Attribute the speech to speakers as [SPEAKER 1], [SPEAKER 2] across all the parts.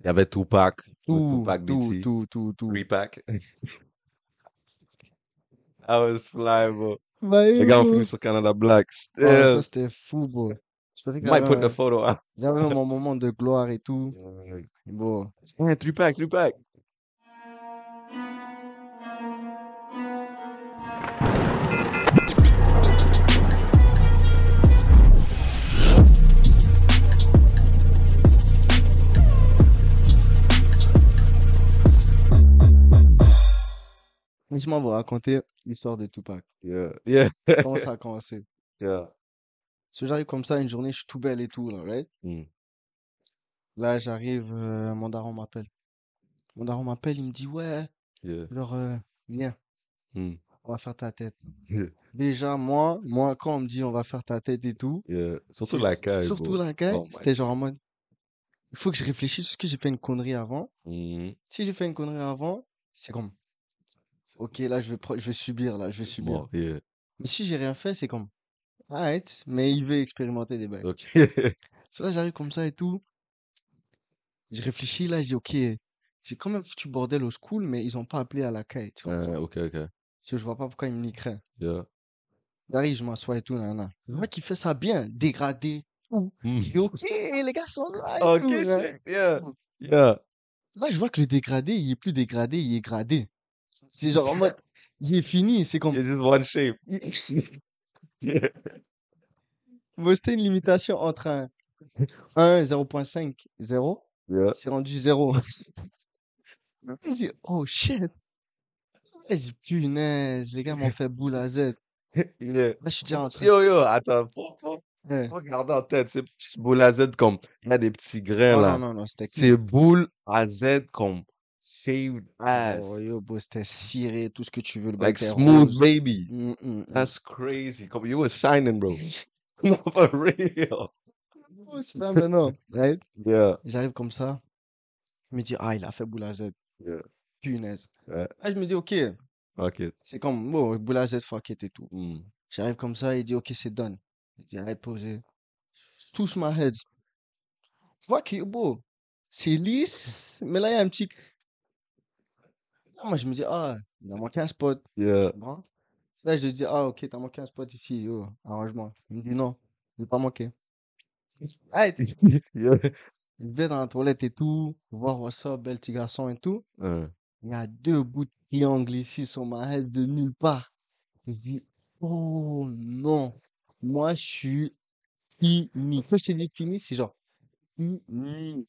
[SPEAKER 1] Il y avait Tupac, le
[SPEAKER 2] Tout,
[SPEAKER 1] Tupac
[SPEAKER 2] tout,
[SPEAKER 1] BT,
[SPEAKER 2] tout, tout, tout.
[SPEAKER 1] Repack. I was fly, bro.
[SPEAKER 2] Bah,
[SPEAKER 1] Les
[SPEAKER 2] eh,
[SPEAKER 1] gars ont
[SPEAKER 2] bro.
[SPEAKER 1] fini sur euh, Canada Blacks.
[SPEAKER 2] Oh, uh, ça,
[SPEAKER 1] Yeah.
[SPEAKER 2] c'était fou, bro. Je pensais que
[SPEAKER 1] Might put
[SPEAKER 2] j'avais
[SPEAKER 1] the
[SPEAKER 2] un-
[SPEAKER 1] photo out.
[SPEAKER 2] j'avais mon moment de gloire et tout. Bon,
[SPEAKER 1] Yeah, three pack, three pack.
[SPEAKER 2] laissez-moi vous raconter l'histoire de Tupac.
[SPEAKER 1] Yeah, yeah,
[SPEAKER 2] Comment ça a commencé?
[SPEAKER 1] yeah.
[SPEAKER 2] Parce que j'arrive comme ça, une journée, je suis tout belle et tout, là, right?
[SPEAKER 1] Mm.
[SPEAKER 2] Là, j'arrive, euh, mon daron m'appelle. Mon daron m'appelle, il me dit, ouais,
[SPEAKER 1] Yeah.
[SPEAKER 2] genre, euh, viens,
[SPEAKER 1] Mm.
[SPEAKER 2] on va faire ta tête.
[SPEAKER 1] Yeah.
[SPEAKER 2] Déjà, moi, moi, quand on me dit on va faire ta tête et tout,
[SPEAKER 1] Yeah. Surtout
[SPEAKER 2] c'est
[SPEAKER 1] la
[SPEAKER 2] s-
[SPEAKER 1] caille,
[SPEAKER 2] surtout
[SPEAKER 1] bro.
[SPEAKER 2] la caille,
[SPEAKER 1] Oh my
[SPEAKER 2] c'était genre en mode, il faut que je réfléchisse, est-ce que j'ai fait une connerie avant?
[SPEAKER 1] Mhm.
[SPEAKER 2] Si j'ai fait une connerie avant, c'est comme, ok, là, je vais, pro- je vais subir, là, je vais subir.
[SPEAKER 1] Mort, yeah.
[SPEAKER 2] Mais si j'ai rien fait, c'est comme, arrête, mais il veut expérimenter des bails.
[SPEAKER 1] Ok.
[SPEAKER 2] So là, j'arrive comme ça et tout. Je réfléchis, là, je dis, ok, j'ai quand même foutu bordel au school, mais ils ont pas appelé à la caille, tu vois.
[SPEAKER 1] Ouais, ok, ok.
[SPEAKER 2] Je, je vois pas pourquoi ils me niqueraient.
[SPEAKER 1] Yeah.
[SPEAKER 2] J'arrive, je m'assois et tout, nana. Le mec, il fait ça bien, dégradé. tout. Je dis, ok, les gars sont là et
[SPEAKER 1] Ok,
[SPEAKER 2] tout, hein.
[SPEAKER 1] shit. Yeah.
[SPEAKER 2] Hmm.
[SPEAKER 1] Yeah.
[SPEAKER 2] Là, je vois que le dégradé, il est plus dégradé, il est gradé. C'est genre en mode, il est fini, c'est comme,
[SPEAKER 1] Yeah, just one shape. Yeah.
[SPEAKER 2] Bon, c'était une limitation entre un 1, 0.5, 0.
[SPEAKER 1] Yeah.
[SPEAKER 2] C'est rendu 0. J'ai dit, oh shit. J'ai dit, punaise, les gars m'ont fait boule à Z.
[SPEAKER 1] Yeah.
[SPEAKER 2] Là, je suis déjà en train.
[SPEAKER 1] Yo, yo, attends, faut, faut,
[SPEAKER 2] Ouais.
[SPEAKER 1] faut garder en tête, c'est juste boule à Z comme, il y a des petits grains
[SPEAKER 2] Oh
[SPEAKER 1] là.
[SPEAKER 2] non, non, non, c'était clean.
[SPEAKER 1] C'est boule à Z comme shaved ass.
[SPEAKER 2] Oh, yo, bro, c'était ciré, tout ce que tu veux, le bail
[SPEAKER 1] Like
[SPEAKER 2] était
[SPEAKER 1] smooth
[SPEAKER 2] rose.
[SPEAKER 1] baby.
[SPEAKER 2] Mm, mm, mm.
[SPEAKER 1] That's crazy. Comme you was shining, bro. For real.
[SPEAKER 2] Oh, c'est ça maintenant, right?
[SPEAKER 1] Yeah.
[SPEAKER 2] J'arrive comme ça. Je me dis, ah, il a fait boule à Z.
[SPEAKER 1] Yeah.
[SPEAKER 2] Punaise.
[SPEAKER 1] Ouais.
[SPEAKER 2] Là, je me dis, ok,
[SPEAKER 1] Ok.
[SPEAKER 2] c'est comme, bon, boule à Z, fuck it et tout.
[SPEAKER 1] Mm.
[SPEAKER 2] J'arrive comme ça, il dit ok c'est done. Je dis arrête poser. Je touche ma head. Je vois que beau. C'est lisse, mais là il y a un petit. Là, moi je me dis ah, il a manqué un spot.
[SPEAKER 1] Yeah.
[SPEAKER 2] Bon. Là je lui dis ah ok, t'as manqué un spot ici, yo, arrange-moi. Il me dit non, j'ai pas manqué. Arrête.
[SPEAKER 1] Yeah.
[SPEAKER 2] Je vais dans la toilette et tout, voir what's up, bel petit garçon et tout.
[SPEAKER 1] Uh,
[SPEAKER 2] Il y a deux bouts de triangle ici sur ma head de nulle part. Je dis oh non, moi je suis fini. Quand je te dis fini, c'est genre fini.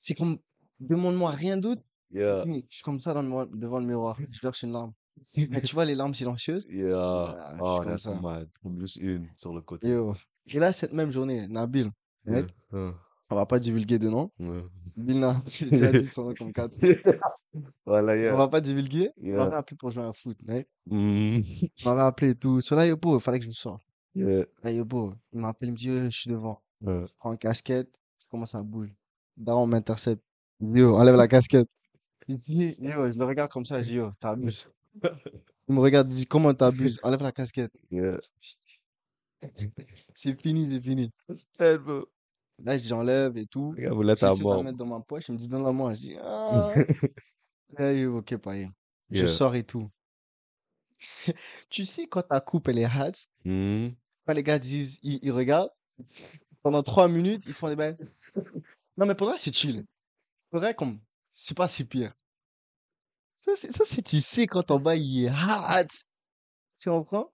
[SPEAKER 2] C'est comme demande-moi rien d'autre. c'est
[SPEAKER 1] yeah.
[SPEAKER 2] fini. Je suis comme ça dans le miroir- devant le miroir. Je verse une larme. Mais tu vois les larmes silencieuses?
[SPEAKER 1] Yeah.
[SPEAKER 2] Voilà, Ah, je suis
[SPEAKER 1] Oh,
[SPEAKER 2] comme
[SPEAKER 1] that's
[SPEAKER 2] ça.
[SPEAKER 1] mad. Comme juste une sur le côté.
[SPEAKER 2] Et, euh, et là, cette même journée, Nabil,
[SPEAKER 1] Yeah.
[SPEAKER 2] right?
[SPEAKER 1] Uh,
[SPEAKER 2] on va pas divulguer de nom.
[SPEAKER 1] yeah.
[SPEAKER 2] Nabil, Na- j'ai déjà dit son nom comme quatre.
[SPEAKER 1] Voilà, yeah.
[SPEAKER 2] On va pas divulguer. On
[SPEAKER 1] Yeah.
[SPEAKER 2] m'avait appelé pour jouer à foot. right?
[SPEAKER 1] Mm.
[SPEAKER 2] On m'avait appelé et tout. Sur là, Yobo, il fallait que je me sorte.
[SPEAKER 1] Yeah.
[SPEAKER 2] Là, Yobo, il m'appelle, il me dit, euh, je suis devant.
[SPEAKER 1] Uh,
[SPEAKER 2] prends une casquette, je commence à boule. Daron m'intercepte. Il dit, Yo, enlève la casquette. Il dit, yo, je le regarde comme ça, je dis, yo, t'abuses. Il me regarde, il me dit, comment t'abuses? Enlève la casquette.
[SPEAKER 1] yeah.
[SPEAKER 2] C'est fini, c'est fini.
[SPEAKER 1] Hey, bro.
[SPEAKER 2] Là, j'enlève et tout.
[SPEAKER 1] Les gars voulaient ta
[SPEAKER 2] J'essaie de la
[SPEAKER 1] mort.
[SPEAKER 2] mettre dans ma poche. Il me dit, donne-la moi. Je dis, ah. Là, yo, ok, pareil. Je
[SPEAKER 1] Yeah.
[SPEAKER 2] sors et tout. Tu sais, quand ta coupe, elle est hâte,
[SPEAKER 1] Mm.
[SPEAKER 2] quand les gars disent, ils, ils regardent, pendant trois minutes, ils font des bails. Non, mais pour vrai, c'est chill. Pour vrai, comme, c'est pas si pire. Ça, c'est, ça, c'est, tu sais, quand en bas, il est hard. Tu comprends?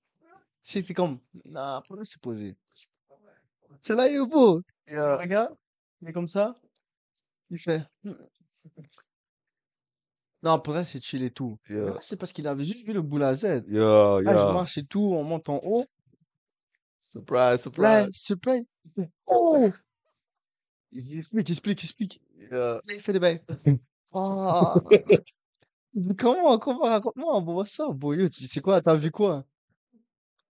[SPEAKER 2] C'est c'est comme, non, pour vrai, c'est posé. C'est là, il est beau.
[SPEAKER 1] Yeah.
[SPEAKER 2] Regarde, il est comme ça. Il fait. hmm. Non, pour vrai, c'est chill et tout. Mais
[SPEAKER 1] Yeah.
[SPEAKER 2] là, c'est parce qu'il avait juste vu le boule à Z.
[SPEAKER 1] Yeah,
[SPEAKER 2] Là, je
[SPEAKER 1] yeah.
[SPEAKER 2] marche et tout, on monte en haut.
[SPEAKER 1] Surprise,
[SPEAKER 2] Là,
[SPEAKER 1] surprise.
[SPEAKER 2] il se plaint. Il fait, oh! Il explique, il explique, il explique.
[SPEAKER 1] Yeah.
[SPEAKER 2] Là, il fait des bails. Ah. Mais Comment, comment, raconte-moi, bon, what's up, bro, yo, tu sais quoi, t'as vu quoi?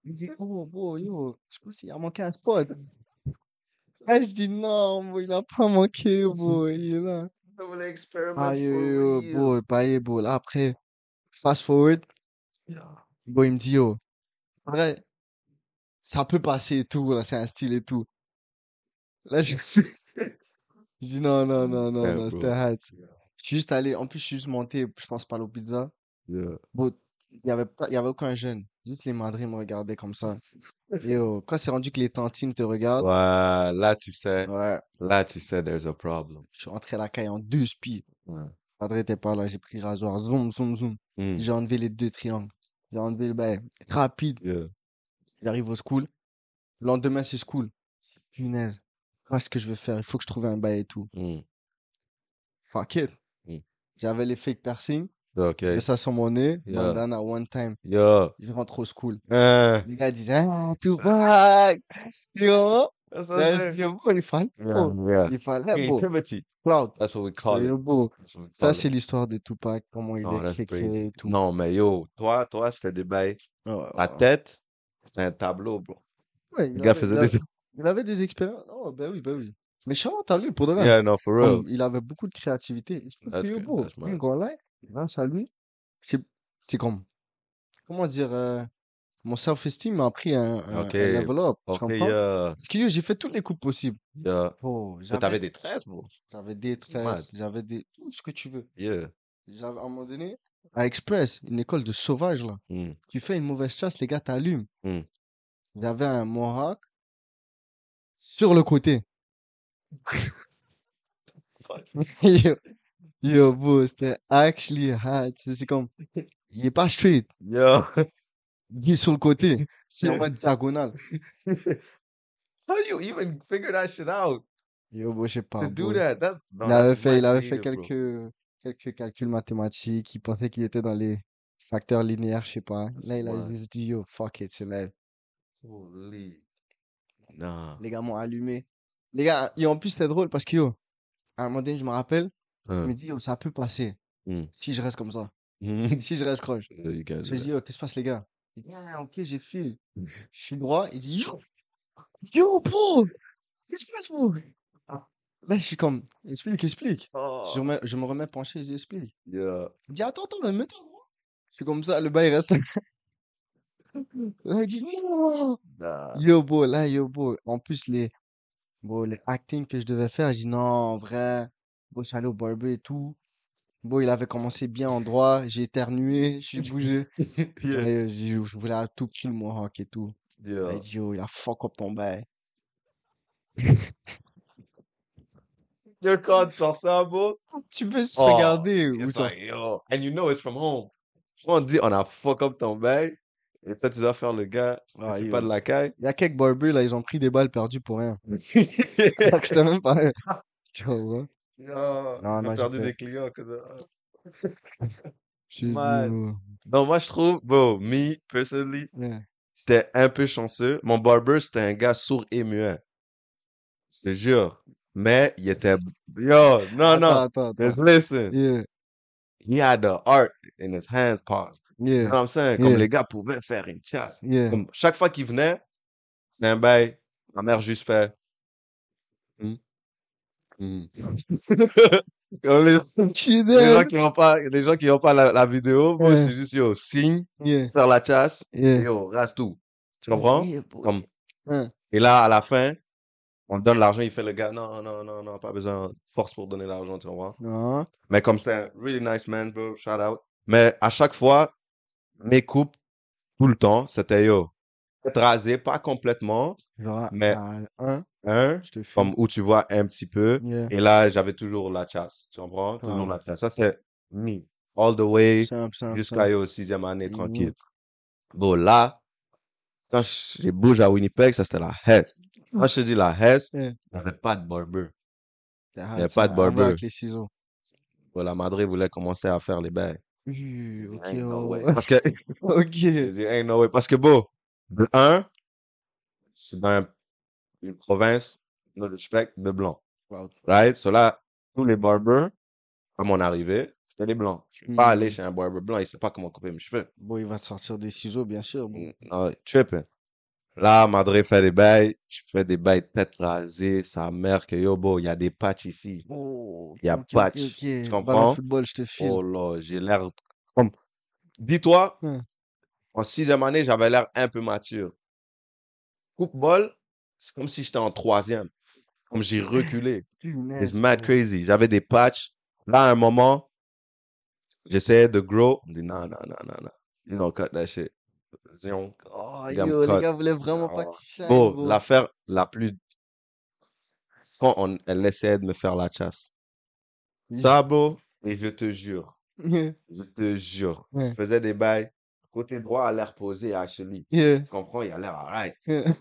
[SPEAKER 2] Il dit, oh, bro, yo, je pense qu'il a manqué un spot. Là, je dis, non, bro, il a pas manqué, bro, il est là.
[SPEAKER 1] Ça voulait expérimenter.
[SPEAKER 2] Ah, yo, yo, bro, pareil, bro, là, après, fast forward, bro, il me dit, yo, en vrai, ça peut passer et tout, là, c'est un style et tout. Là, je, Je dis non, non, non, non,
[SPEAKER 1] Yeah,
[SPEAKER 2] non,
[SPEAKER 1] bro.
[SPEAKER 2] c'était hâte. Je suis juste allé, en plus, je suis juste monté, je pense, par le pizza.
[SPEAKER 1] Yeah.
[SPEAKER 2] Bon, il n'y avait pas, il y avait aucun jeune. Juste les mandrins me regardaient comme ça. Yo, quand c'est rendu que les tantines te regardent,
[SPEAKER 1] Ouais, là, tu sais,
[SPEAKER 2] ouais,
[SPEAKER 1] là, tu sais, there's a problem.
[SPEAKER 2] je suis rentré à la caille en deux spies.
[SPEAKER 1] Ouais.
[SPEAKER 2] Padre était pas là, j'ai pris rasoir, zoom, zoom, zoom.
[SPEAKER 1] Hmm.
[SPEAKER 2] J'ai enlevé les deux triangles. J'ai enlevé le bail. Rapide,
[SPEAKER 1] Yeah.
[SPEAKER 2] j'arrive au school. Le lendemain, c'est school. Punaise. Qu'est-ce que je vais faire? Il faut que je trouve un bail et tout.
[SPEAKER 1] Hmm.
[SPEAKER 2] Fuck it.
[SPEAKER 1] Mm.
[SPEAKER 2] J'avais les fake piercings,
[SPEAKER 1] Ok.
[SPEAKER 2] mais ça sur mon nez,
[SPEAKER 1] Yeah.
[SPEAKER 2] bandana one time.
[SPEAKER 1] Yo.
[SPEAKER 2] Je rentre au school.
[SPEAKER 1] Hein.
[SPEAKER 2] Les gars disaient, ah, tout va. Yo, là, je
[SPEAKER 1] Yeah,
[SPEAKER 2] dis, bon, il fallait beau.
[SPEAKER 1] yeah.
[SPEAKER 2] Il fallait beau.
[SPEAKER 1] Creativity.
[SPEAKER 2] Cloud.
[SPEAKER 1] That's what we call
[SPEAKER 2] C'est
[SPEAKER 1] it.
[SPEAKER 2] beau.
[SPEAKER 1] That's what we
[SPEAKER 2] Ça,
[SPEAKER 1] call it.
[SPEAKER 2] c'est l'histoire de Tupac, comment il
[SPEAKER 1] Oh,
[SPEAKER 2] est
[SPEAKER 1] that's
[SPEAKER 2] écrit
[SPEAKER 1] crazy.
[SPEAKER 2] et tout.
[SPEAKER 1] Non, mais yo, toi, toi, c'était des bails.
[SPEAKER 2] Ouais, ouais,
[SPEAKER 1] La
[SPEAKER 2] ouais.
[SPEAKER 1] tête, c'était un tableau, bro.
[SPEAKER 2] Ouais, il
[SPEAKER 1] Le gars
[SPEAKER 2] avait-
[SPEAKER 1] faisait
[SPEAKER 2] il
[SPEAKER 1] des.
[SPEAKER 2] avait- Il avait des expériences. Oh, ben oui, ben oui. Mais Charlotte, à lui, pour de vrai.
[SPEAKER 1] Yeah, no, for real.
[SPEAKER 2] Comme il avait beaucoup de créativité. Je trouve
[SPEAKER 1] That's
[SPEAKER 2] que
[SPEAKER 1] good,
[SPEAKER 2] beau.
[SPEAKER 1] that's mine.
[SPEAKER 2] là, grâce à lui, j'ai- c'est comme, comment dire, euh, mon self-esteem a pris un, un- un
[SPEAKER 1] Ok,
[SPEAKER 2] level up. Tu
[SPEAKER 1] Ok,
[SPEAKER 2] comprends?
[SPEAKER 1] yeah.
[SPEAKER 2] Parce que yo, j'ai fait toutes les coupes possibles.
[SPEAKER 1] Yeah.
[SPEAKER 2] Oh,
[SPEAKER 1] Mais
[SPEAKER 2] j'avais,
[SPEAKER 1] T'avais des tresses, bro.
[SPEAKER 2] j'avais des tresses, j'avais des, tout ce que tu veux.
[SPEAKER 1] Yeah.
[SPEAKER 2] J'avais, à un moment donné, à Express, une école de sauvages, là.
[SPEAKER 1] Hmm.
[SPEAKER 2] Tu fais une mauvaise chasse, les gars t'allument.
[SPEAKER 1] Mm.
[SPEAKER 2] J'avais un mohawk sur le côté. Yo, yo, bro, c'était actually hard. C'est c'est comme, il est pas straight,
[SPEAKER 1] Yo.
[SPEAKER 2] il est sur le côté, c'est en
[SPEAKER 1] Yeah.
[SPEAKER 2] mode diagonale.
[SPEAKER 1] How you even figure that shit out?
[SPEAKER 2] Yo, bro, je sais pas.
[SPEAKER 1] To do
[SPEAKER 2] bro.
[SPEAKER 1] that? That's. No,
[SPEAKER 2] Il avait
[SPEAKER 1] that's
[SPEAKER 2] fait, il
[SPEAKER 1] mad
[SPEAKER 2] avait fait
[SPEAKER 1] creative, bro.
[SPEAKER 2] quelques, quelques calculs mathématiques, il pensait qu'il était dans les facteurs linéaires, je sais pas.
[SPEAKER 1] That's
[SPEAKER 2] Là, il a
[SPEAKER 1] mad.
[SPEAKER 2] juste dit, yo, fuck it, c'est live.
[SPEAKER 1] Holy. Nah.
[SPEAKER 2] Les gars m'ont allumé. Les gars, et en plus, c'était drôle parce que, yo, à un moment donné, je me rappelle, je me
[SPEAKER 1] Huh.
[SPEAKER 2] dis, yo, ça peut passer
[SPEAKER 1] Hein. Hmm.
[SPEAKER 2] si je reste comme ça,
[SPEAKER 1] Yeah,
[SPEAKER 2] si je reste croche.
[SPEAKER 1] You guys.
[SPEAKER 2] Je dis, oh, qu'est-ce qui se passe, les gars? Il dit, ah, ok, j'ai fil. Je suis droit. Il dit, yo, yo, bro, qu'est-ce qui se passe, bro? Là, je suis comme, explique, explique. Je,
[SPEAKER 1] Oh.
[SPEAKER 2] remets- je me remets penché, j'explique.
[SPEAKER 1] Yeah.
[SPEAKER 2] Il me dit, attends, attends, mais mets-toi, bro. Je suis comme ça, le bail reste. Là, il dit, non.
[SPEAKER 1] Nah.
[SPEAKER 2] Yo, bro, là, yo, bro. En plus, les, bro, les acting que je devais faire, je dis, non, en vrai, bro, je suis allé au barber et tout. Bon, il avait commencé bien en droit, j'ai éternué, je suis bougé.
[SPEAKER 1] Yeah.
[SPEAKER 2] Ouais, je, je voulais à tout prix le mohawk et tout.
[SPEAKER 1] Yeah.
[SPEAKER 2] Elle dit, yo, il a fuck up ton bail.
[SPEAKER 1] Your cards are sabo.
[SPEAKER 2] Tu peux juste
[SPEAKER 1] Oh,
[SPEAKER 2] regarder ou
[SPEAKER 1] It's
[SPEAKER 2] genre,
[SPEAKER 1] like, yo. And you know it's from home. On dit, on a fuck up ton bail. Et toi, tu dois faire le gars. mais
[SPEAKER 2] Ah,
[SPEAKER 1] c'est
[SPEAKER 2] yo.
[SPEAKER 1] pas de la caille.
[SPEAKER 2] il y a quelques barbers là, ils ont pris des balles perdues pour rien. Alors que c'était même pas. eux. Tu vois?
[SPEAKER 1] Yo,
[SPEAKER 2] Non,
[SPEAKER 1] ils ont
[SPEAKER 2] non, j'ai
[SPEAKER 1] perdu
[SPEAKER 2] fait-
[SPEAKER 1] des clients. que de-
[SPEAKER 2] J'ai dit,
[SPEAKER 1] Man. Oh,
[SPEAKER 2] ouais.
[SPEAKER 1] Non, moi, je trouve, bro, me, personally,
[SPEAKER 2] Ouais.
[SPEAKER 1] j'étais un peu chanceux. Mon barber, c'était un gars sourd et muet. Je te jure. Mais il était. Yo, non, non.
[SPEAKER 2] Attends, attends,
[SPEAKER 1] Just
[SPEAKER 2] attends.
[SPEAKER 1] listen.
[SPEAKER 2] Yeah,
[SPEAKER 1] He had the art in his hands, pause. You know
[SPEAKER 2] yeah,
[SPEAKER 1] what I'm saying? Comme
[SPEAKER 2] Yeah.
[SPEAKER 1] les gars pouvaient faire une chasse.
[SPEAKER 2] yeah.
[SPEAKER 1] Comme chaque fois qu'il venait, c'était un bail. Ma mère juste fait. Hmm. Hmm. Comme les,
[SPEAKER 2] Tu es
[SPEAKER 1] les gens
[SPEAKER 2] dead.
[SPEAKER 1] qui n'ont pas, les gens qui n'ont pas la, la vidéo, moi,
[SPEAKER 2] Ouais.
[SPEAKER 1] c'est juste yo, signe,
[SPEAKER 2] Yeah,
[SPEAKER 1] faire la chasse, et
[SPEAKER 2] yeah.
[SPEAKER 1] yo, rase tout. Tu comprends?
[SPEAKER 2] Yeah, boy.
[SPEAKER 1] Comme-
[SPEAKER 2] Ouais.
[SPEAKER 1] Et là, à la fin, on donne l'argent, il fait le gars, non, non, non, non, pas besoin, force pour donner l'argent, tu comprends?
[SPEAKER 2] Non.
[SPEAKER 1] Mais comme c'est un really nice man, bro, shout out. Mais à chaque fois, mes coupes, tout le temps, c'était yo, être rasé, pas complètement,
[SPEAKER 2] Genre,
[SPEAKER 1] Mais-
[SPEAKER 2] à un,
[SPEAKER 1] hein,
[SPEAKER 2] je te fume.
[SPEAKER 1] comme où tu vois un petit peu.
[SPEAKER 2] Yeah.
[SPEAKER 1] Et là, j'avais toujours la chasse, tu comprends? Toujours
[SPEAKER 2] Claro.
[SPEAKER 1] la chasse. Ça, c'est me, all the way,
[SPEAKER 2] Simple, simple,
[SPEAKER 1] jusqu'à
[SPEAKER 2] simple.
[SPEAKER 1] yo, sixième année,
[SPEAKER 2] Mhm.
[SPEAKER 1] tranquille. Bon, là, quand j'ai bougé à Winnipeg, ça, c'était la Hesse. Quand je te dis la Hesse,
[SPEAKER 2] Ouais.
[SPEAKER 1] j'avais pas de barber.
[SPEAKER 2] Ah,
[SPEAKER 1] y a
[SPEAKER 2] c'est
[SPEAKER 1] pas de
[SPEAKER 2] un- un bail
[SPEAKER 1] barber.
[SPEAKER 2] avec les ciseaux.
[SPEAKER 1] Bon, la Madrid voulait commencer à faire les bails.
[SPEAKER 2] Uh, ok,
[SPEAKER 1] Ain't no
[SPEAKER 2] oh.
[SPEAKER 1] way. Parce que,
[SPEAKER 2] Ok.
[SPEAKER 1] J'ai dit, Ain't no way. Parce que, bon, de un, je suis dans un- une province, no respect, de blanc.
[SPEAKER 2] Wow.
[SPEAKER 1] Right? So là, tous les barbers, à mon arrivée, c'était les blancs. Je peux pas
[SPEAKER 2] Mhm.
[SPEAKER 1] aller chez un barber blanc, il sait pas comment couper mes cheveux.
[SPEAKER 2] Bon, il va te sortir des ciseaux, bien sûr. bon.
[SPEAKER 1] Non, tripping. Ah, hein. Là, Madrid fait des bails, je fais des bails tête rasée, sa mère, que yo, bo, il y a des patchs ici.
[SPEAKER 2] Oh,
[SPEAKER 1] Y a
[SPEAKER 2] ok, ok,
[SPEAKER 1] patch.
[SPEAKER 2] ok.
[SPEAKER 1] Tu
[SPEAKER 2] Ballon de
[SPEAKER 1] comprends?
[SPEAKER 2] football, je te file.
[SPEAKER 1] Oh là, j'ai l'air comme. Dis-toi,
[SPEAKER 2] Ouais.
[SPEAKER 1] en sixième année, j'avais l'air un peu mature. Coupe-bol, c'est comme si j'étais en troisième. Comme j'ai reculé. It's
[SPEAKER 2] Punaise,
[SPEAKER 1] mad
[SPEAKER 2] bro.
[SPEAKER 1] crazy. J'avais des patchs. Là, à un moment, j'essayais de grow. On me dit, non, non, non, non, non. You don't cut that shit. Zion.
[SPEAKER 2] Oh,
[SPEAKER 1] Gum
[SPEAKER 2] yo, les
[SPEAKER 1] cut.
[SPEAKER 2] gars voulaient vraiment pas
[SPEAKER 1] Ah.
[SPEAKER 2] que tu shines,
[SPEAKER 1] Bon,
[SPEAKER 2] bro.
[SPEAKER 1] l'affaire la plus. Quand on, elle essayait de me faire la chasse.
[SPEAKER 2] Oui.
[SPEAKER 1] Ça, bro, et je te jure, je te jure,
[SPEAKER 2] Ouais.
[SPEAKER 1] je faisais des bails. Côté droit a l'air posé à Ashley.
[SPEAKER 2] Yeah,
[SPEAKER 1] Tu comprends? Il a l'air alright.
[SPEAKER 2] yeah.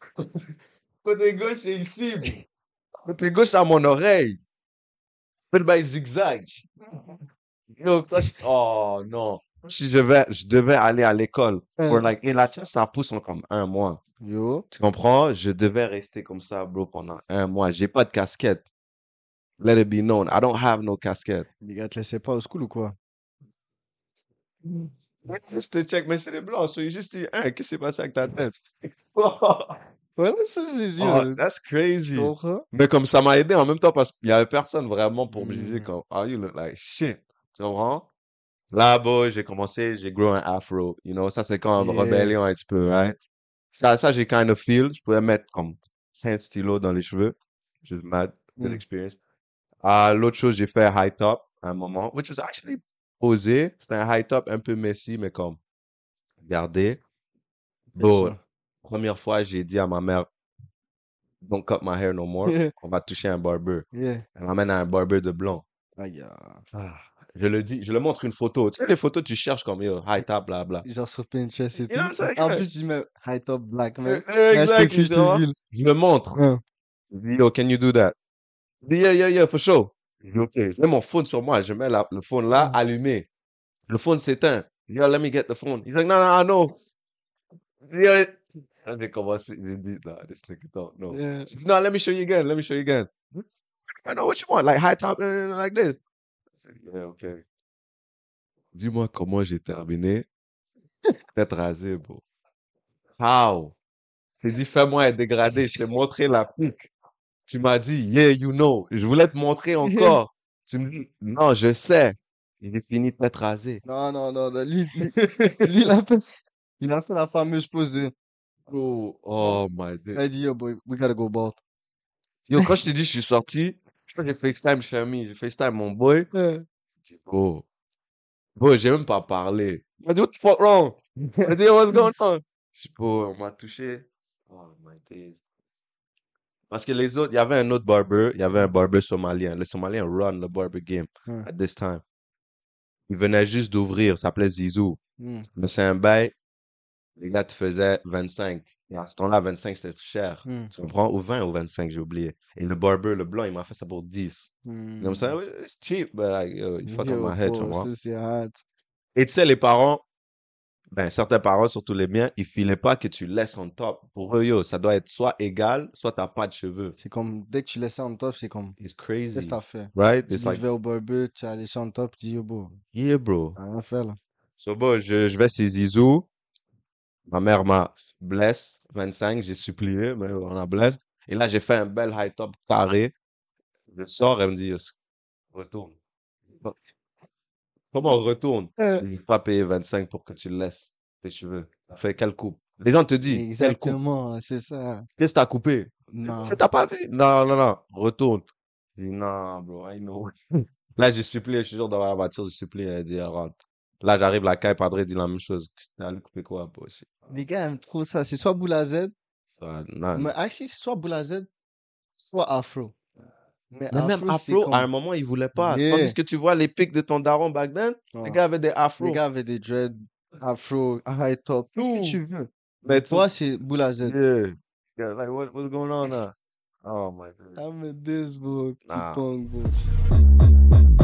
[SPEAKER 1] Côté gauche, c'est ici. bro. Côté gauche, à mon oreille. Fais le bail zigzag. Yo, ça, je- Oh non. Si je, vais, je devais aller à l'école. Pour, like, et la chasse, ça pousse en comme un mois.
[SPEAKER 2] Yo.
[SPEAKER 1] Tu comprends? Je devais rester comme ça, bro, pendant un mois. J'ai pas de casquette. Let it be known. I don't have no casquette.
[SPEAKER 2] Les gars, te laissaient pas au school ou quoi?
[SPEAKER 1] Juste te check, mais c'est les blancs. So, il juste dit, hein, qu'est-ce qui s'est passé avec ta tête?
[SPEAKER 2] Ouais, mais ça, c'est sûr.
[SPEAKER 1] Oh, that's crazy.
[SPEAKER 2] Tu comprends?
[SPEAKER 1] Mais comme ça m'a aidé en même temps parce qu'il y avait personne vraiment pour me juger
[SPEAKER 2] Mm.
[SPEAKER 1] comme, oh, you look like shit. Tu comprends? Là, boy, j'ai commencé, j'ai grow un afro. You know, ça c'est quand
[SPEAKER 2] Yeah.
[SPEAKER 1] rébellion un petit peu, right? Ça, ça, j'ai kind of feel. Je pouvais mettre comme 15 stylos dans les cheveux. Just mad. Good
[SPEAKER 2] Mm.
[SPEAKER 1] experience. Ah, l'autre chose, j'ai fait high top à un moment, which was actually posé. C'était un high top un peu messy, mais comme, regardez. Bon,
[SPEAKER 2] ça.
[SPEAKER 1] première fois, j'ai dit à ma mère, don't cut my hair no more.
[SPEAKER 2] Yeah.
[SPEAKER 1] On va toucher un barber.
[SPEAKER 2] Oh, Yeah.
[SPEAKER 1] Elle m'amène à un barber de blanc.
[SPEAKER 2] Ah, gars.
[SPEAKER 1] Je le dis, je le montre une photo. Tu sais, les photos, tu cherches comme, yo, high top, bla, bla.
[SPEAKER 2] Genre sur Pinterest et
[SPEAKER 1] You know what I'm
[SPEAKER 2] tout.
[SPEAKER 1] saying,
[SPEAKER 2] En
[SPEAKER 1] ouais.
[SPEAKER 2] plus, tu dis même high top black, man.
[SPEAKER 1] Euh,
[SPEAKER 2] Mais
[SPEAKER 1] exact,
[SPEAKER 2] je te
[SPEAKER 1] justement.
[SPEAKER 2] file,
[SPEAKER 1] Je le montre.
[SPEAKER 2] Ouais.
[SPEAKER 1] Je dis, Yo, can you do that? Il dit, Yeah, yeah, yeah, for sure. Je dis, OK. Je mets mon phone sur moi. Je mets la- le phone là,
[SPEAKER 2] Mm.
[SPEAKER 1] allumé. Le phone s'éteint. Je dis, Yo, let me get the phone. He's like, no, no, no. Je dis, Yeah. Là, Ah, J'ai commencé. J'ai dit, no, this nigga don't know.
[SPEAKER 2] te file. Yeah.
[SPEAKER 1] She said, no, let me show you again. Let me show you again. I know what you want, like high top, uh, like this. I said, Yeah, okay. Dis-moi comment j'ai terminé. Tête rasée, bro. How? J'ai dit, fais-moi un dégradé. Je t'ai montré la pique. Tu m'as dit, yeah, you know. Je voulais te montrer encore. tu me dis, non, je sais. J'ai fini tête rasée.
[SPEAKER 2] Non, non, non, non, lui, lui, lui, il a fait, il a fait la fameuse pose de,
[SPEAKER 1] Bro, oh my
[SPEAKER 2] il
[SPEAKER 1] god.
[SPEAKER 2] a dit, yo, boy, we gotta go bald.
[SPEAKER 1] Yo, quand je t'ai dit, je suis sorti, je crois que j'ai FaceTime chez ami, j'ai FaceTime mon boy.
[SPEAKER 2] Ouais.
[SPEAKER 1] J'ai dit, Bro, bro, j'ai même pas parlé. Il m'a dit, what the fuck wrong? Il m'a dit, what's going on? Je dis, bro, on m'a touché. Oh my days. Parce que les autres, il y avait un autre barber, il y avait un barber somalien. Le somalien run le barber game
[SPEAKER 2] Hmm.
[SPEAKER 1] at this time. Il venait juste d'ouvrir, ça s'appelait Zizou.
[SPEAKER 2] Hmm.
[SPEAKER 1] Mais c'est un bail, les gars te faisaient 25. Et à ce temps-là, 25, c'était cher.
[SPEAKER 2] Hmm.
[SPEAKER 1] Tu comprends? Ou 20 ou 25, j'ai oublié. Et le barber, le blanc, il m'a fait ça pour 10. You know
[SPEAKER 2] Mm-hmm.
[SPEAKER 1] what I'm saying? It's cheap, but like, yo, you fuck up
[SPEAKER 2] Yo,
[SPEAKER 1] my head, tu
[SPEAKER 2] bro,
[SPEAKER 1] comprends?
[SPEAKER 2] oh, ça, c'est hard.
[SPEAKER 1] Et tu sais, les parents, ben, certains parents, surtout les miens, ils filaient pas que tu laisses en top. Pour eux, yo, ça doit être soit égal, soit t'as pas de cheveux.
[SPEAKER 2] C'est comme, dès que tu laisses ça en top, c'est comme,
[SPEAKER 1] It's crazy.
[SPEAKER 2] qu'est-ce que t'as fait?
[SPEAKER 1] Right?
[SPEAKER 2] Tu
[SPEAKER 1] It's
[SPEAKER 2] dis,
[SPEAKER 1] like,
[SPEAKER 2] je vais au barber, tu as laissé en top, tu dis, yo, bro,
[SPEAKER 1] yeah, bro.
[SPEAKER 2] t'as rien fait, là.
[SPEAKER 1] So, bon, je, je vais chez Zizou. Ma mère m'a blesse, 25, j'ai supplié, mais on a blesse. Et là, j'ai fait un bel high top carré. Je sors, elle me dit, Yo, retourne. Comment on retourne? Je vais pas payer 25 pour que tu laisses tes cheveux. Fais quelle coupe? Les gens te disent, quelle coupe?
[SPEAKER 2] Exactement, c'est ça.
[SPEAKER 1] Qu'est-ce que t'as coupé?
[SPEAKER 2] Non.
[SPEAKER 1] Tu T'as pas vu? Non, non, non. Retourne. Je dis, non, bro, I know. Là, j'ai supplié, je suis toujours devant la voiture, j'ai supplié, elle dit, rentre. Là, j'arrive, la caille, Padre dit la même chose. T'as allé couper quoi, bro? C'est-
[SPEAKER 2] Les gars, ils me trouvent ça. C'est soit boule à Z,
[SPEAKER 1] Ça, Ah, non.
[SPEAKER 2] mais actually, c'est soit boule à Z, soit afro. Mais,
[SPEAKER 1] Mais même
[SPEAKER 2] c'est
[SPEAKER 1] afro,
[SPEAKER 2] comme-
[SPEAKER 1] à un moment, il voulait pas.
[SPEAKER 2] Yeah.
[SPEAKER 1] Tandis que tu vois les pics de ton daron back then,
[SPEAKER 2] Ouais.
[SPEAKER 1] les gars avaient des afro.
[SPEAKER 2] Les gars avaient des dreads, afro, high top, tout ce que tu veux.
[SPEAKER 1] Mais
[SPEAKER 2] Toi, c'est boule à Z.
[SPEAKER 1] Yeah. Yeah, like, what, what's going on now? Oh my god.
[SPEAKER 2] I'm a this, Ah, bro. Petit
[SPEAKER 1] Nah.
[SPEAKER 2] punk, bro.